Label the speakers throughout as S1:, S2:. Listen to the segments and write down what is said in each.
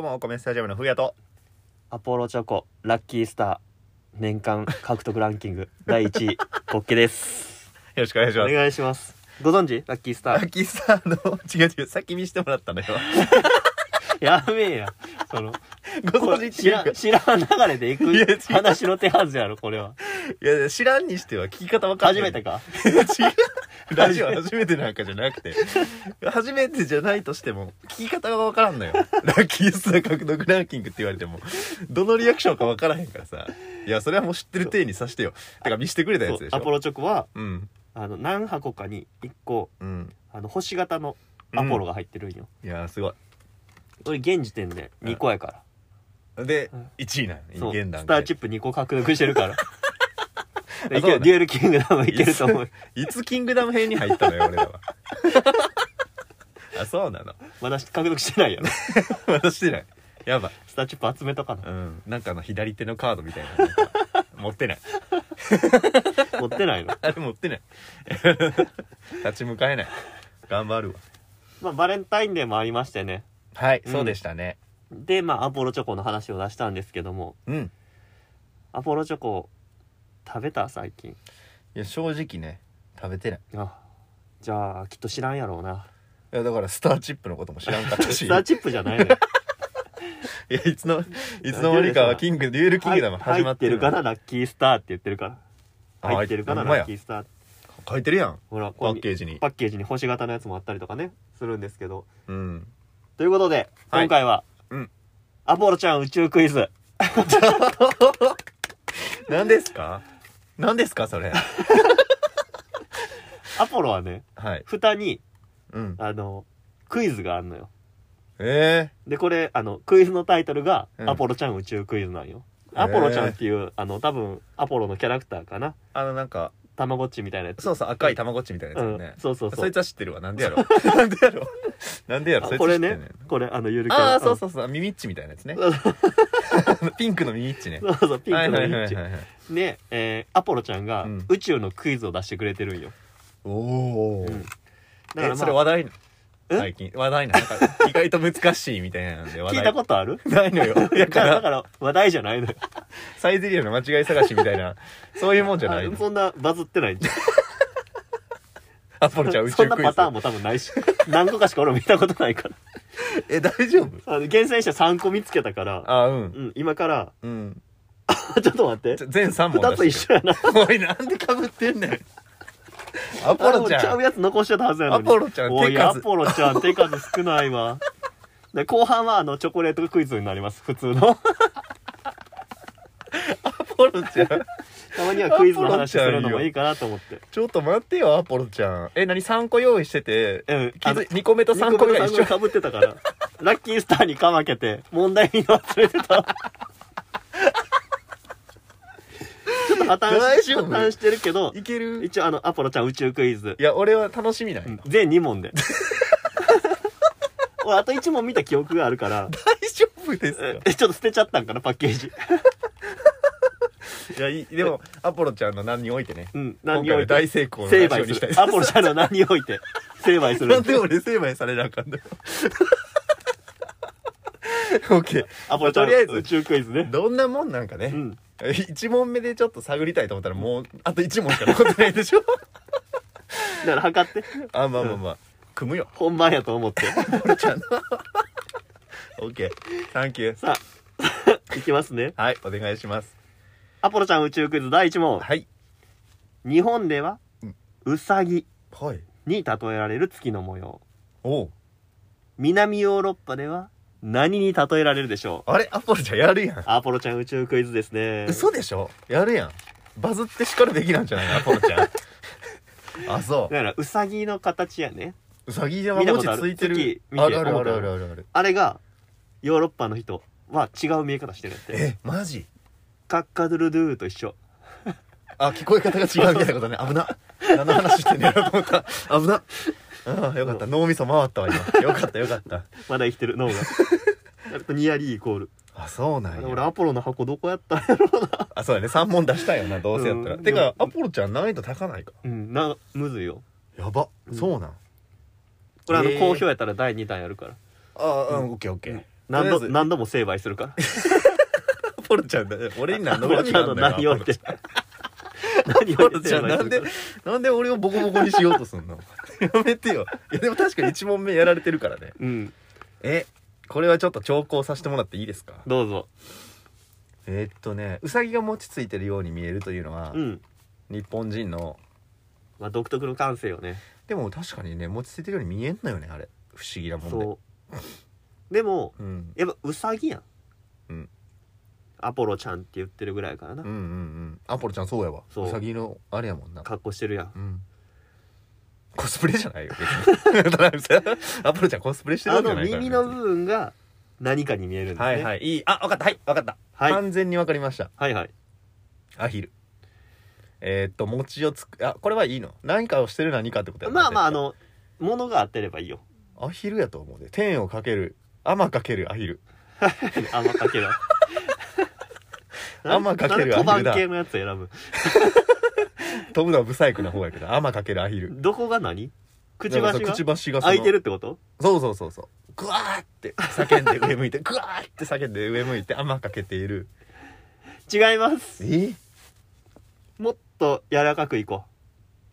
S1: もお米スタジアムのふうやと
S2: アポロチョコラッキースター年間獲得ランキング第1位コッケです
S1: よ ろしくお願いし
S2: お
S1: ます
S2: 願いしますご存知ラッキースタ
S1: ラ
S2: ー
S1: ッキースターの違う違う先見してもらったのよ
S2: やべえやその
S1: ご
S2: こ
S1: 存
S2: れ
S1: 知って
S2: 知
S1: いう
S2: ら
S1: か
S2: ん知らん流れでい
S1: いや違
S2: く
S1: う
S2: 話の手はずやろこれはい
S1: や知らんにしては聞き方わかんな
S2: 初
S1: い
S2: めてか
S1: 違うラジオ初めてなんかじゃなくて初めてじゃないとしても聞き方が分からんのよラッキースター獲得ランキングって言われてもどのリアクションか分からへんからさいやそれはもう知ってる体にさしてよてか見してくれたやつでし
S2: アポ
S1: ょ
S2: ロチョコは
S1: うん
S2: あの何箱かに1個
S1: うん
S2: あの星型のアポロが入ってるんよ、
S1: いやすごい
S2: 俺現時点で2個やから、
S1: で
S2: うん
S1: 1位なん
S2: そう
S1: 現段
S2: スター
S1: 階
S2: チップ2個獲得してるか
S1: あ
S2: ら
S1: そ
S2: い
S1: う
S2: け
S1: な
S2: る
S1: ん
S2: デュエルキングダムいけると思う
S1: いつキングダム編に入ったのよ俺らは あそうなの
S2: まだ獲得してないやろ
S1: まだしてないやばい
S2: スターチップ集めとかな
S1: うんなんかあの左手のカードみたいなのなんか持ってない
S2: 持ってないの、
S1: あれ持ってない立ち向かえない頑張るわ
S2: まあ、バレンタインデーもありましてね
S1: はい、
S2: うん
S1: そうでしたね
S2: でまあアポロチョコの話を出したんですけども
S1: うん
S2: アポロチョコ食べた最近
S1: いや正直ね食べてない
S2: あじゃあきっと知らんやろうない
S1: やだからスターチップのことも知らんかった し
S2: ス
S1: い
S2: タ
S1: や
S2: ーチップじゃないのよ
S1: い つのいつの間にかはキングデュエルキングダム始まって
S2: 入ってるからラッキースターって言ってるから入ってるから
S1: あほんま
S2: ラ
S1: や
S2: ッキースター
S1: 書いてるやん
S2: ほらこ
S1: パ
S2: こ
S1: ッ
S2: に
S1: ケージに
S2: パッケージに星型のやつもあったりとかねするんですけど
S1: うん
S2: ということで
S1: はい
S2: 今回は、
S1: うん
S2: アポロちゃん宇宙クイズ
S1: 何ですか何ですかそれ
S2: アポロはね
S1: はい
S2: 蓋に
S1: うん
S2: あのクイズがあるのよ
S1: え
S2: でこれあのクイズのタイトルが「
S1: うん
S2: アポロちゃん宇宙クイズ」なんよ、
S1: へー
S2: アポロちゃんっていうあの多分アポロのキャラクターかな
S1: ー、あのなんか
S2: たまごっちみたいなやつ
S1: そうそう赤いたまごっちみたいなやつ
S2: う
S1: よ
S2: ん
S1: ね、
S2: そうそう
S1: そ
S2: そう
S1: いつは知ってるわなんでやろ なんでやろなんでやろ
S2: あ
S1: そいつ
S2: こ
S1: 知
S2: れ
S1: ってんね
S2: ね
S1: ん
S2: これあのゆるキャラ
S1: ああそうそうそうミミッチみたいなやつねあの ピンクのミミッチね
S2: そうそうピンクのイッチ
S1: はいはいはいはい
S2: ねえーアポロちゃんが
S1: うん
S2: 宇宙のクイズを出してくれてるんよ
S1: おお、
S2: うんだから
S1: えそ
S2: ま
S1: れ
S2: あ
S1: 話題な
S2: え
S1: 最近話題ななんか意外と難しいみたいなんで話題
S2: 聞い たことある
S1: ないのよ
S2: だ
S1: だ
S2: か
S1: から
S2: だ
S1: ら
S2: から話題じゃないのよ
S1: サイゼリアの間違い探しみたいなそういうもんじゃない
S2: あ
S1: の
S2: そんなバズってないんじゃん
S1: アポロちゃん宇
S2: そ
S1: 宙
S2: んな
S1: クイ
S2: パ
S1: ズ
S2: ターンも多分ないし何個かしか俺見たことないから
S1: え大丈夫
S2: あの厳選して3個見つけたから
S1: あう
S2: うんん今から
S1: うん
S2: あちょっと待って
S1: じゃ全3
S2: 2
S1: 問
S2: つ
S1: 出
S2: 一
S1: して
S2: 緒やな
S1: る おいなんでかぶってんねんアポロち
S2: あでも
S1: ゃ
S2: うんやつ残してたはずやの
S1: ア
S2: に
S1: ポロちゃん
S2: おい
S1: 手数
S2: アポロちゃん手数少な いわで後半はあのチョコレートクイズになります普通 の
S1: アポロちゃん
S2: たまにはクイズの話するのもいいかなと思って
S1: ちょっと待ってよアポロちゃんえ何3個用意してて
S2: うん
S1: 気づ2個目と3個目が一緒
S2: かぶってたからラッキースターにかまけて問題見忘れてた ちょっと破綻
S1: 大
S2: し
S1: 丈
S2: 破
S1: 夫
S2: 綻してるけど
S1: いける
S2: 一応あのアポロちゃん宇宙クイズ
S1: いや俺は楽しみない、
S2: うん全2問で 俺あと1問見た記憶があるから
S1: 大丈夫ですか
S2: えちょっと捨てちゃったんかなパッケージ
S1: いやいいでもアポロちゃんの何においてね
S2: うん
S1: 今
S2: 何
S1: 回
S2: を置
S1: はい大
S2: て
S1: 成功のラジ
S2: 成
S1: オ
S2: 敗
S1: にし
S2: す
S1: たいで
S2: る
S1: す
S2: アポロちゃんの何を置いて成敗す
S1: な
S2: る
S1: んで俺成敗されなあかんのオッケー
S2: アポロちゃん
S1: とりあえ
S2: 宇
S1: ず
S2: 宙クイズね
S1: どんなもんなんかね、
S2: うん
S1: 1問目でちょっと探りたいと思ったらもうあと1問しか残ってないでしょ
S2: だから測って
S1: あまあまあまあ組 むよ
S2: 本番やと思って
S1: アポロちゃんのオッケーサンキュー
S2: さあいきますね
S1: はいお願いします
S2: アポロちゃん宇宙クイズ第1問
S1: はい
S2: 日本では
S1: うん
S2: ウサギ
S1: はい
S2: に例えられる月の模様
S1: おう
S2: 南ヨーロッパでは何に例えられるでしょう
S1: あれアポロちゃんやるやん
S2: アポロちゃん宇宙クイズですね
S1: 嘘でしょやるやんバズってしかるべきなんじゃないのアポロち ゃんあそ
S2: だからウサギの形やね
S1: ううさぎ山
S2: 見た
S1: 文
S2: こ
S1: 字
S2: とある
S1: ついてる
S2: 月見て
S1: あるある
S2: 思
S1: あ
S2: った
S1: るあるあるある
S2: あれがヨーロッパの人は違う見え方してるんやって
S1: えマジ
S2: カッカドゥルドゥと一緒
S1: あ聞こえ方が違うみたいなことね危な何の話してんねやろと思った危なああよかった脳みそ回ったわ今よかったよかった
S2: まだ生きてる脳がやるとニアリーイコール
S1: あそうな
S2: あ
S1: ん
S2: れ俺
S1: や
S2: アポロの箱どこやったんやろ
S1: あそうやね3問出したよなどうせやったら、
S2: うん
S1: てかアポロちゃん難易度高ないか
S2: うんなむずいよ
S1: やば、そうなん
S2: これあの
S1: えー
S2: 好評やったら第2弾やるから
S1: ああ、
S2: う
S1: オッケーオッケー、
S2: 何
S1: とりあえ
S2: 度
S1: ず
S2: 何度も成敗するから
S1: ポルちゃんだ 俺に何の
S2: ポ ル
S1: 恨み
S2: ち
S1: が
S2: ゃ
S1: あ
S2: ん
S1: ん
S2: の
S1: だよ
S2: 何を言って何
S1: ポ
S2: を言っ
S1: ル
S2: て
S1: ちゃ
S2: 成
S1: んな
S2: 敗す
S1: ん
S2: る
S1: で
S2: から
S1: なんで俺をボコボコにしようとすんのやめてよ いやでも確かに1問目やられてるからね
S2: うん
S1: えこれはちょっと調校させてもらっていいですか
S2: どうぞ
S1: えーっとねうさぎが餅ついてるように見えるというのは、
S2: うん
S1: 日本人の
S2: まあ独特の感性よね
S1: でも確かにね餅ついてるように見えんのよねあれ不思議なもんで
S2: そうでも
S1: う、ん、
S2: やっぱウサギやん、
S1: うん
S2: アポロちゃんって言ってるぐらいからな、
S1: うんうんうんアポロちゃんそうやわ
S2: そう
S1: うさぎのあれやもんな
S2: 格好してるやん
S1: うんコスプレじゃないよ別に田辺さん アポロちゃんコスプレしてる
S2: あ
S1: わけじゃ
S2: の
S1: ないから
S2: 耳の部分が何かに見えるんですね
S1: はいはいいいあ分かったはい分かった、
S2: はい
S1: 完全に分かりました
S2: はいはい
S1: アヒルえー、っと餅をつくあこれはいいの何かをしてる何かってことやな
S2: まあまああ
S1: 絶
S2: のものがあってればいいよ
S1: 対アヒルやと思うで天をかける天かけるアヒル
S2: あんまか けない
S1: あんまかけるアヒ
S2: なんで
S1: ルだ
S2: 小判系のやつ選ぶ
S1: 飛ぶのはブサイクな方やけど天かけるアヒル
S2: どこが何くち
S1: だから
S2: ばしが
S1: そうくちばしがその
S2: 開いてるってこと
S1: そうそうそうそうグワーって叫んで上向いてグワーって叫んで上向いて天かけている
S2: 違います
S1: え
S2: もっと柔らかくいこ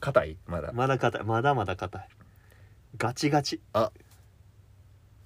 S1: 硬いまだ
S2: うまだ硬いまだまだ硬いガチガチ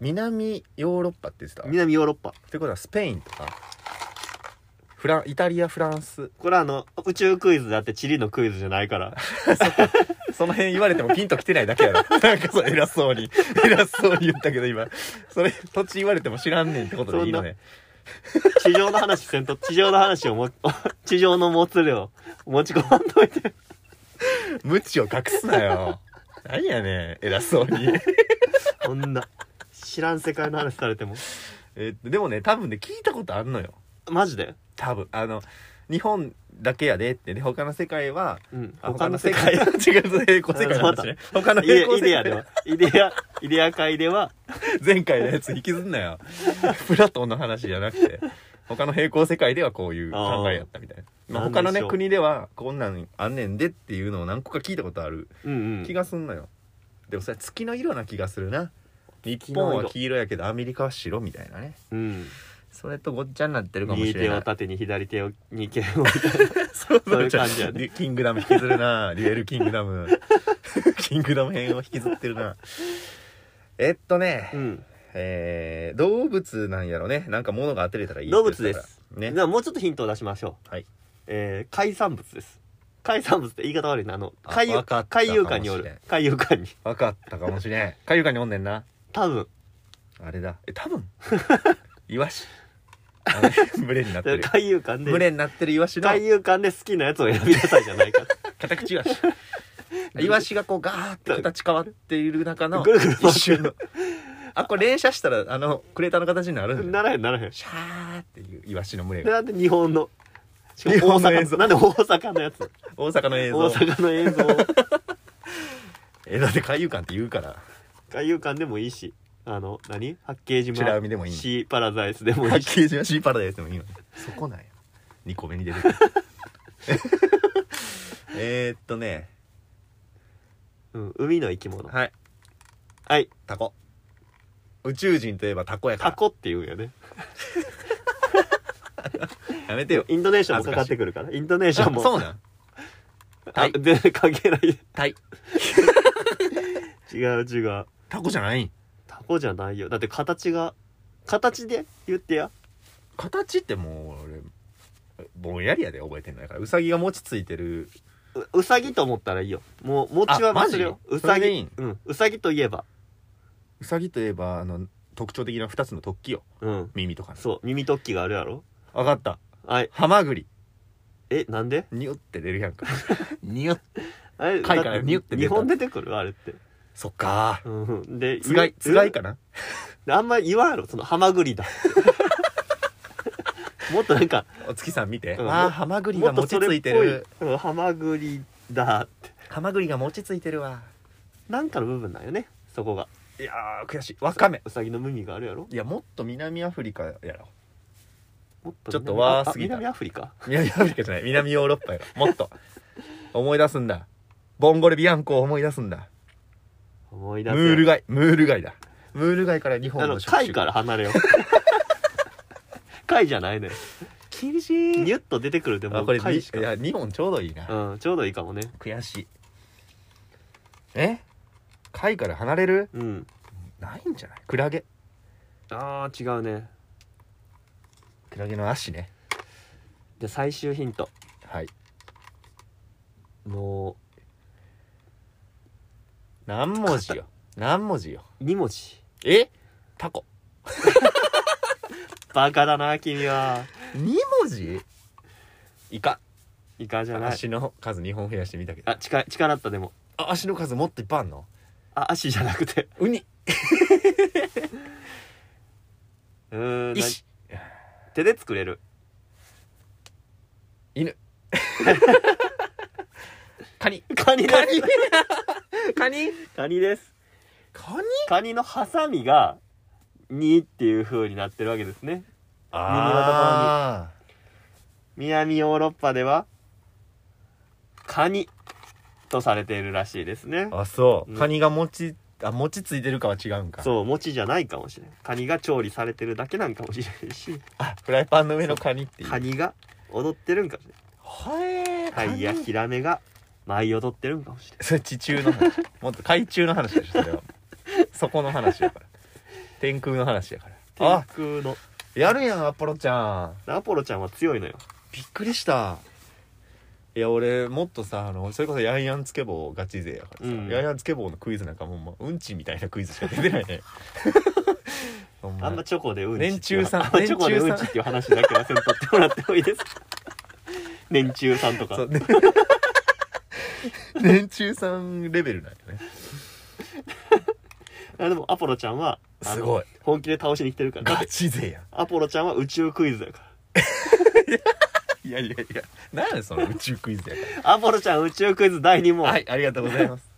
S1: 南ヨーロッパって言ってた
S2: 南ヨーロッパ
S1: ってことはスペインとかフランイタリアフラン ス
S2: これあの宇宙クイズだって地理のクイズじゃな いから
S1: その辺言われてもピンときてないだけや ろなんかそう偉そうに偉そうに言ったけど今それ土地言われても知らんねんってことでいいのね
S2: 地上の話せんと地上の話をも 地上のもつれを持ち込んどいて
S1: 無知を隠すな よ何やねん偉そうに
S2: こんな知らん世界の話されても
S1: えっとでもね多分ね聞いたことあんのよ
S2: マジで
S1: 多分あの日本だけやでってで他の世界は
S2: うん
S1: あ
S2: 他の世 界
S1: 違う平行世界の話 ね他の
S2: イデ
S1: 平行
S2: イデ
S1: 世
S2: アで
S1: 界
S2: はイデアイデア界では
S1: 前回のやつ引きずんなよ プラトンの話じゃなくて他の平行世界ではこういう考えやったみたいなまあ、
S2: なんで
S1: 他のね
S2: しょう
S1: 国ではこんなんあんねんでっていうのを何個か聞いたことある
S2: うんうん
S1: 気がすんのよ、でもそれ月の色な気がするな日本
S2: の色
S1: は黄色やけどアメリカは白みたいなね
S2: うん
S1: それとごっちゃになってるかもし
S2: 右
S1: れ
S2: 手
S1: ない
S2: を縦に左手をに手を
S1: そう
S2: そういう感じやね
S1: ちょっとキングダム引きずるなデュエルキングダ ムキングダム編を引きずってるなえっとね、
S2: うん
S1: えー動物なんやろねなんか物が当てれたらいいって
S2: 動
S1: 言っ
S2: 物
S1: てたから
S2: です
S1: ね
S2: じゃあもうちょっとヒントを出しましょう
S1: はい
S2: えー海産物です海産物って言い方悪いなあの
S1: あ
S2: 海遊
S1: わかった
S2: 海遊館にお
S1: かもし
S2: る
S1: れ
S2: 海遊館に
S1: 分かったかもしれん海遊館におんねんな
S2: 多分
S1: あれだえ多分 イワシあの 群れにな ってる
S2: 海遊館で
S1: 群れになってるイワシの
S2: 海遊館で好きなやつを選びなさいじゃないか
S1: 片口イワシイワシがこうガーって形変わっている中の
S2: ぐるぐる回ってる
S1: 一瞬のあこれ連射したらあのクレーターの形に なるんだよ
S2: ならへんならへん
S1: シャーっていうイワシの群れ
S2: で
S1: が
S2: なんで日本のしかも
S1: 日本の
S2: 大
S1: 映
S2: 阪
S1: 像
S2: なんで大阪のやつ
S1: 大阪の映
S2: 大
S1: 像
S2: 阪の映像を
S1: えだって海遊館って言うから
S2: 海遊館でもいいしあの何八景島
S1: 白海でもいい
S2: シーパラダイスでも
S1: 八
S2: いいし
S1: 景島シーパラダイスでもいいのにそこなんや2個目に出 てくるえーっとね
S2: うん、海の生き物
S1: はい
S2: はい
S1: タコ宇宙人といえばタコやか
S2: タ
S1: ら
S2: コって言うんよね
S1: やめてよ
S2: インドネーションもかかってくるからインドネーション
S1: あそ
S2: も
S1: うなん
S2: あ
S1: タイ
S2: 全然関係ない
S1: タイ
S2: 違う違う
S1: タコじゃない
S2: タコじゃないよだって形が形で言ってや
S1: 形ってもう俺ぼんやりやで覚えてんのやからウサギが餅ついてる
S2: ううさぎと思ったらいいよもう餅は
S1: あマ
S2: 忘
S1: ジ
S2: れよううさ
S1: それでいい
S2: ぎ
S1: ん
S2: うんうさぎといえば
S1: ウサギといえばあの特徴的な2つの突起よ
S2: うん
S1: 耳とかの
S2: そう耳突起があるやろ
S1: 分かった
S2: はい
S1: ハマグリ
S2: えなんで
S1: ニュって出るやんか ニュッ
S2: あれ
S1: 貝から
S2: だって
S1: ニュって出た
S2: 日本出てくるあれって
S1: そっか
S2: うんで
S1: つがいつがいかな
S2: なあんまり言わんやろそのハマグ リだもっとなんか
S1: お月さん見て、
S2: うん
S1: あーハマグリ
S2: も
S1: が
S2: っと
S1: 餅
S2: そ
S1: つ
S2: れっ
S1: い
S2: ぽ
S1: て
S2: い
S1: る
S2: うんハマグリだって
S1: ハマグリが餅ついてるわ
S2: なんかの部分なんよねそこが
S1: いやー悔しいわかめ
S2: うさぎの耳があるやろ
S1: いやもっと南アフリカやろ
S2: もっと
S1: ちょっと
S2: 南
S1: 和すぎた
S2: あ南アフリカ
S1: 南アフリカじゃない南ヨーロッパやろもっと思い出すんだボンゴレビアンコを思い出すんだ
S2: 思い出
S1: ム
S2: せ
S1: ール貝ムール貝だムール貝から日
S2: あ
S1: 本
S2: の
S1: の
S2: 貝から離れ よう貝じゃないのよ
S1: 厳しい
S2: ニュッと出てくるでも
S1: あ
S2: う
S1: これ
S2: 貝
S1: にい
S2: しか
S1: や2本ちょうどいいな、
S2: うんちょうどいいかもね
S1: 悔しいえ貝から離れる
S2: うん
S1: ないんじゃないクラゲ
S2: あー違うね
S1: クラゲの足ね
S2: じゃあ最終ヒント
S1: はい
S2: も
S1: 何文字よ何文字よ
S2: う2文字
S1: えタコ
S2: バカだな君は
S1: 2文字イカ
S2: イカじゃない
S1: 足の数2本増やしてみたけど
S2: あ近い近なったでも
S1: あ足の数もっといっぱいあんの
S2: あ足じゃなくて
S1: ウニ
S2: うーんな
S1: 石
S2: 手で作れる
S1: 犬カニ
S2: カニで す
S1: カニ
S2: カニです
S1: カニ
S2: カニのハサミが2っていう風になってるわけですね
S1: あ
S2: 南ヨーロッパではカニとされているらしいですね
S1: ああそう、
S2: うん
S1: カニが餅あ餅ついてるかは違うんかう
S2: そう餅じゃないかもしれないカニが調理されてるだけなんかもしれないし
S1: あフライパンの上のカニっていう
S2: カニが踊ってるんかもしれ
S1: はえー
S2: ないタイや
S1: カニ
S2: ヒラメが舞い踊ってるんかもしれ
S1: それ地中の話もっと海中の話でしょそれ はそこの話やから天空の話やから
S2: ない
S1: あ
S2: 天空の
S1: やるやんアポロちゃん
S2: アポロちゃんは強いのよ
S1: びっくりしたいや俺もっとさあのそれこそヤンヤンつけ棒ガチ勢やからさ、
S2: うん
S1: ヤンヤンつけ棒のクイズなんかもう、ま、うんちみたいなクイズしか出てない ねほんま
S2: あんまチョコでうんち
S1: 年中さん
S2: あんまチョコで
S1: 年
S2: う
S1: 中さん
S2: んちっていう話だけはせんとってもらってもいいですか年中さん とか
S1: そうね年中さんレベルなんよね
S2: あでもアポロちゃんはあの
S1: すごい
S2: 本気で倒しに来てるからだっ
S1: ガ
S2: て
S1: チ勢やん
S2: アポロちゃんは宇宙クイズだか
S1: いやいやいや何やねんその宇宙クイズやから
S2: アポロちゃん宇宙クイズ第2問、
S1: らはいありがとうございます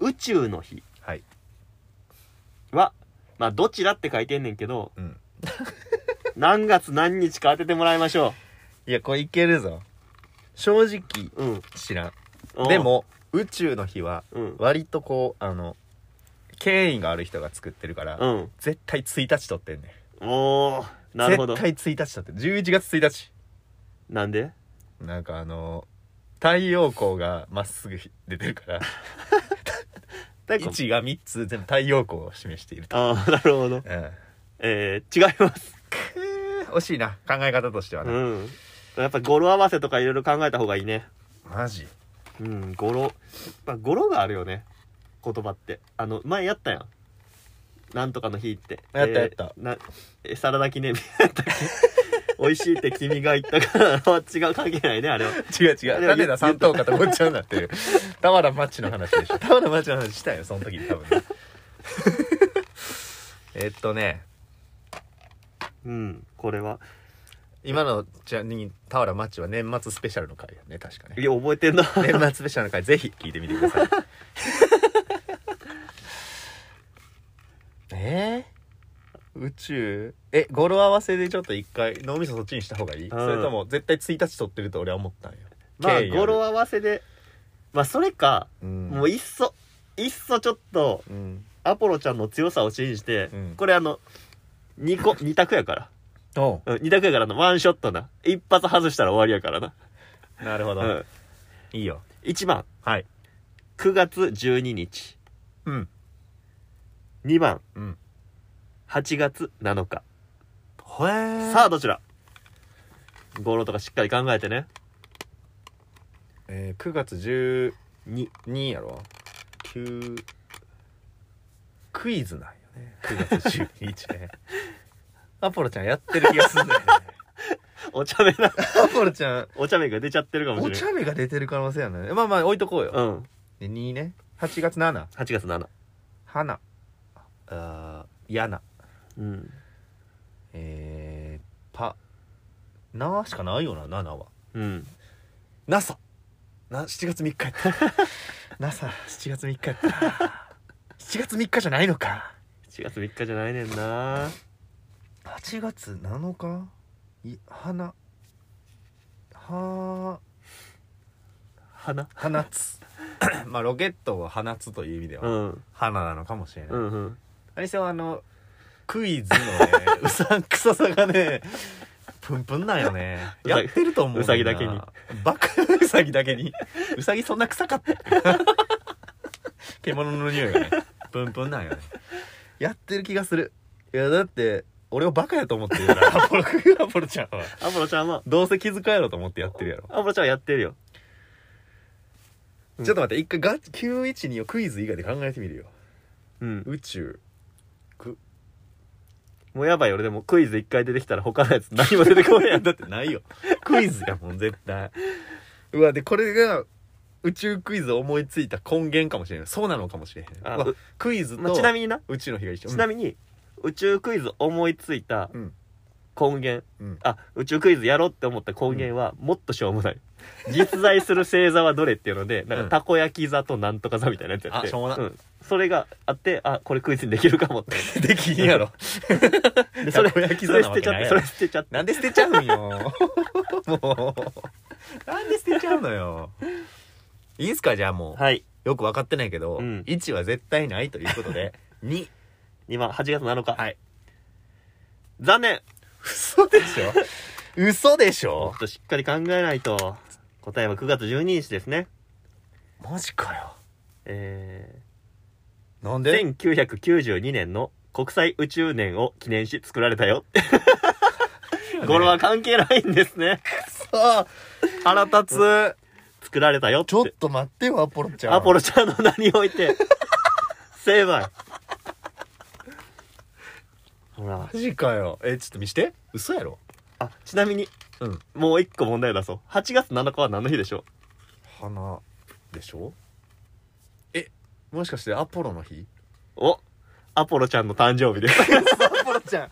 S2: 宇宙の日
S1: はい
S2: はまあどちらって書いてんねんけど
S1: うん
S2: 何月何日か当ててもらいましょ
S1: いやこれいけるぞ正直
S2: ううん
S1: 知らん
S2: おう
S1: でも宇宙の日は
S2: うん
S1: 割とこうあの権威がある人が作ってるから、
S2: うん
S1: 絶対1日取ってんね
S2: おー
S1: ん
S2: なるほど
S1: 絶対1日取ってる11月1日
S2: なんで
S1: なんかあの太陽光がまっすぐ出てる から
S2: 誰か
S1: 1が3つ全部太陽光を示していると、
S2: ああなるほど
S1: うん、
S2: えー、違います
S1: くー惜しいな考え方としては
S2: う
S1: ね、
S2: んやっぱ語呂合わせとかいろいろ考えた方がいいね
S1: マジ
S2: うん語呂やっぱ語呂があるよね言葉ってあの前やったやんなんとかの日って
S1: やったやった
S2: えーなえサラダ記念日 やったっけ美味しいって君が言ったから あの違う関係ないねあれは
S1: 違う違う種田三等かと思っちゃうなって いう田原マッチの話でしょ田原マッチの話したよその時に多分ね えっとね
S2: うんこれは
S1: 今のちなみに田原マッチは年末スペシャルの回よね確か
S2: い
S1: ね
S2: や覚えてんな
S1: 年末スペシャルの回ぜひ聞いてみてくださいえー、宇宙え語呂合わせでちょっと一回脳みそそっちにした方がいい、
S2: ん
S1: それとも絶対1日取ってると俺は思ったんよ
S2: まあ
S1: 敬意ある
S2: 語呂合わせでまあそれか、
S1: うん
S2: もういっそいっそちょっと
S1: うん
S2: アポロちゃんの強さを信じて、
S1: うん
S2: これあの2個2択やから
S1: おう
S2: うん2択やからなワンショットな一発外したら終わりやからな
S1: なるほど、
S2: うん
S1: いいよ
S2: 1番
S1: はい
S2: 9月12日
S1: うん
S2: 2番
S1: うん
S2: 8月7日
S1: ほえー
S2: さあどちら語呂とかしっかり考えてね
S1: えー、9月12
S2: 2
S1: やろ9クイズなんよね9月12日ね アポロちゃんやってる気がするんだよね
S2: お茶目な
S1: アポロちゃん
S2: お茶目が出ちゃってるかもし
S1: お
S2: れない
S1: 茶目が出てる可能性やねまあまあ置いとこうよ、
S2: うん
S1: で2ね8月7
S2: 8月7
S1: 花あーやな
S2: うん
S1: えー、パなーしかないよな7は
S2: うん、
S1: NASA な7月3日やった NASA7 月3日やった7月3日じゃないのか
S2: 7月3日じゃないねんな
S1: 8月7日い花は
S2: 花
S1: 放つ まあロケットを放つという意味で
S2: う
S1: は、
S2: ん
S1: 花なのかもしれない、
S2: うんうん
S1: アニセはあのクイズのねうさんくささが ねプンプンなんよね
S2: うさ
S1: や
S2: ぎ
S1: ってると思うねんな
S2: うさぎだけに
S1: バカうさぎだけにうさぎそんな臭かった獣の匂いがねプンプンなんよねやってる気がするいやだって俺をバカやと思ってるからアポロアポロちゃんは
S2: アポロちゃんは
S1: どうせ気遣いやろと思ってやってるやろ、
S2: アポロちゃんはやってるようん
S1: ちょっと待って一回ガ912をクイズ以外で考えてみるよ
S2: うん
S1: 宇宙
S2: もうやばい俺でもクイズ一回出てきたら他のやつ何も出てこないや ん
S1: だってないよクイズやもん絶対うわでこれが宇宙クイズを思いついた根源かもしれないそうなのかもしれへん
S2: あ
S1: うわ
S2: う
S1: クイズと、
S2: まあちなみにな
S1: 宇宙の日が一緒
S2: ちな
S1: み
S2: みに宇宙クイズ思いついた
S1: うん
S2: 根源
S1: うん
S2: あ宇宙クイズやろうって思った根源はもっとしょうもない実在する星座はどれっていう のでなん
S1: うん
S2: かたこ焼き座となんとか座みたいなやつやって、
S1: あしょうもなん
S2: それがあってあこれクイズにできるかもって
S1: に できんやろ
S2: で それ
S1: たこ焼き
S2: そ
S1: 座な
S2: れ捨
S1: わ
S2: て
S1: け
S2: ちゃっ
S1: ない
S2: て
S1: や
S2: そ
S1: ろ
S2: れ捨てちゃって
S1: なんで捨てちゃうんよ もうなんで捨てちゃうのよいいんすかじゃあもう、
S2: はい
S1: よく分かってないけど、
S2: うん
S1: 1は絶対ないということ で2
S2: 今8月7日、
S1: はい
S2: 残念
S1: 嘘でしょ嘘でし
S2: も
S1: ょ
S2: っとしっかり考えないと答えは9月12日ですね
S1: マジかよ
S2: え
S1: なんで
S2: ー、1992年の国際宇宙年を記念し作られ たよ語呂は関係ないんですね
S1: さあ腹立つ
S2: 作られたよっ
S1: ちょってと待ってよアポロちゃん
S2: アポロちゃんの名において成敗ほら
S1: マジかよえちょっと見して嘘やろ
S2: あちなみに
S1: うん
S2: もう一個問題出そう8月7日は何の日でしょ
S1: 花でしょえもしかしてアポロの日
S2: うおアポロちゃんの誕生日です
S1: アポロちゃん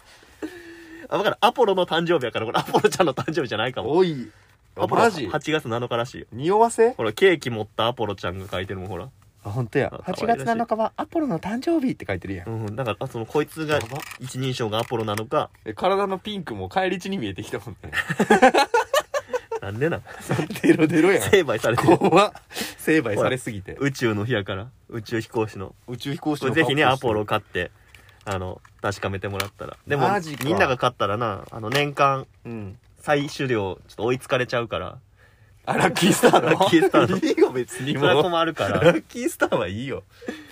S2: あ、わかる。アポロの誕生日やから、これアポロちゃんの誕生日じゃないかも。
S1: おい
S2: アポロ
S1: マジ
S2: ?8 月7日らしいよ。
S1: 匂わせ
S2: ほら、ケーキ持ったアポロちゃんが書いてるもん、ほら。
S1: あ本当や
S2: あ
S1: 8月7日はアポロの誕生日って書いてるやん
S2: うん、だから、その、こいつが
S1: やば
S2: 一人称がアポロなのか、
S1: え体のピンクも返り血に見えてきたもんね
S2: なん でなん。
S1: デロデロやん
S2: 成敗されてる。
S1: 怖っ成敗されすぎて
S2: 宇宙の日やから、宇宙飛行士の。
S1: 宇宙飛行士
S2: これ
S1: の
S2: ぜひね、
S1: 格
S2: ア
S1: 好して
S2: ポロ買って、あの、確かめてもらったら。でも
S1: マジ、か
S2: みんなが買ったらな、あの、年間、
S1: うん
S2: 採取量、ちょっと追いつかれちゃうから、
S1: あラッキースターの
S2: ラッキースターの
S1: いいよ別に
S2: そ
S1: も
S2: れは
S1: う
S2: 困るか
S1: ラ
S2: ら、
S1: ッキースターはいいよ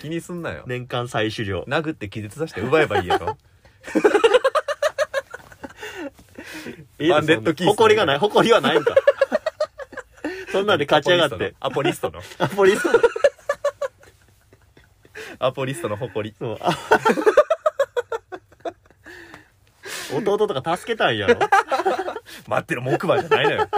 S1: 気にすんなよ、
S2: 年間採取量。
S1: 殴って気絶させて奪えばいいやろバンデットキース
S2: 誇りがない、誇り はないんか。そんなんで勝ち上がって。
S1: アポリストの
S2: アポリスト。
S1: アポリストの誇り
S2: そう。 あ弟とか助けたんやろっ
S1: 待ってる木馬じゃないの よ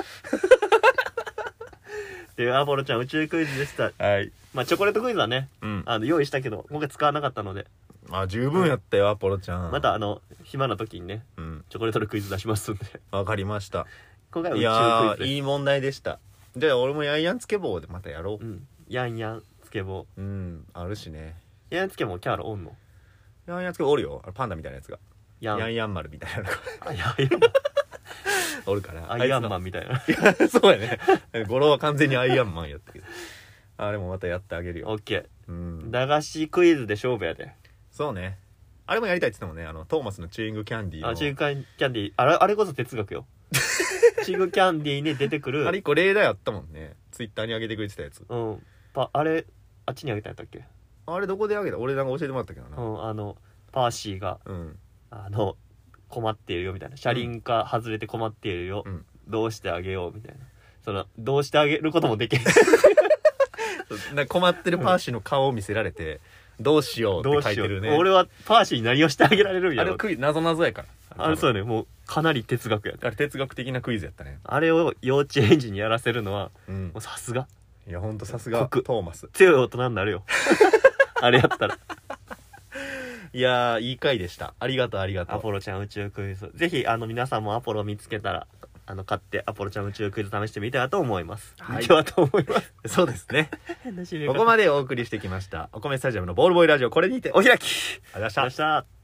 S2: ていうアポロちゃん宇宙クイズでした。
S1: はい
S2: まあチョコレートクイズはね、
S1: うん
S2: あの用意したけど、今回使わなかったので、
S1: まあ十分やったよアポロちゃん
S2: またあの、暇な時にね、
S1: うん
S2: チョコレートのクイズ出しますんで。
S1: わかりました
S2: 今回
S1: い
S2: は
S1: や
S2: 宇
S1: ー
S2: 宙クイズ
S1: い
S2: で
S1: い問題でしたで俺もヤンヤンつけ棒でまたやろ
S2: す。うん。ヤンヤン、つけ棒。
S1: ううんあるしね
S2: ヤンヤンつけ棒、キャールおんの
S1: ヤンヤンつけ棒おるよあれパンダみたいなやつが
S2: ヤン。
S1: ヤンヤン丸みたいなのが
S2: あヤンヤン
S1: おるから
S2: マン。アイ
S1: あい
S2: アン
S1: つの
S2: マンみたいな。
S1: いや そうやね語呂は完全にアイアンマンやったけどあれもまたやってあげるよ
S2: オッケ
S1: う
S2: ー。
S1: ん
S2: 駄菓子クイズで勝負やで。
S1: そうねあれもやりたいって言ってたもんねあのトーマスのチューイングキャンディーの
S2: あ中間キャンディーあれあれこそ 哲学よチグキャンディーに出てくる
S1: あれ一個例題あったもんねツイッターに上げてくれてたやつ
S2: うんパあれあっちにあげたんやったっけ、
S1: あれどこで上げた俺なんか教えてもらったけど
S2: う、
S1: なん
S2: あのパーシーが
S1: うん
S2: あの困っているよみたいな車輪か外れて困っているよ、
S1: うん
S2: どうしてあげようみたいなそのどうしてあげることもできない
S1: なんか困ってるパーシーの顔を見せられてどうしよう
S2: ど
S1: っ
S2: う
S1: て書
S2: し
S1: い
S2: よ
S1: て
S2: う
S1: るね
S2: 俺はパーシーに何をしてあげられるん
S1: あ
S2: や
S1: れ
S2: ろ
S1: はクイズ謎謎やから
S2: あれそう
S1: う
S2: だねもうかなり哲学やで
S1: あれ哲学的なクイズやったね
S2: あれを幼稚園児にやらせるのは
S1: うん
S2: もうさすが
S1: いやほんとさすがト
S2: 酷
S1: ーマス
S2: 強い大人になるよ あれやったら
S1: いやーいい回でしたありがとうありがと
S2: ア
S1: う
S2: ポロちゃん宇宙クイズぜひあの皆さんもアポロ見つけたらあの買ってアポロちゃん宇宙クイズ試してみてはと思います、
S1: はい
S2: 見てはと思います
S1: そうですねこ
S2: こ
S1: こまでお送りしてきましたお米スタジアムのボールボーイラジオこれにてお
S2: お
S1: 開き
S2: 開き
S1: ありがとうございまし
S2: ありがとうござい
S1: た
S2: ました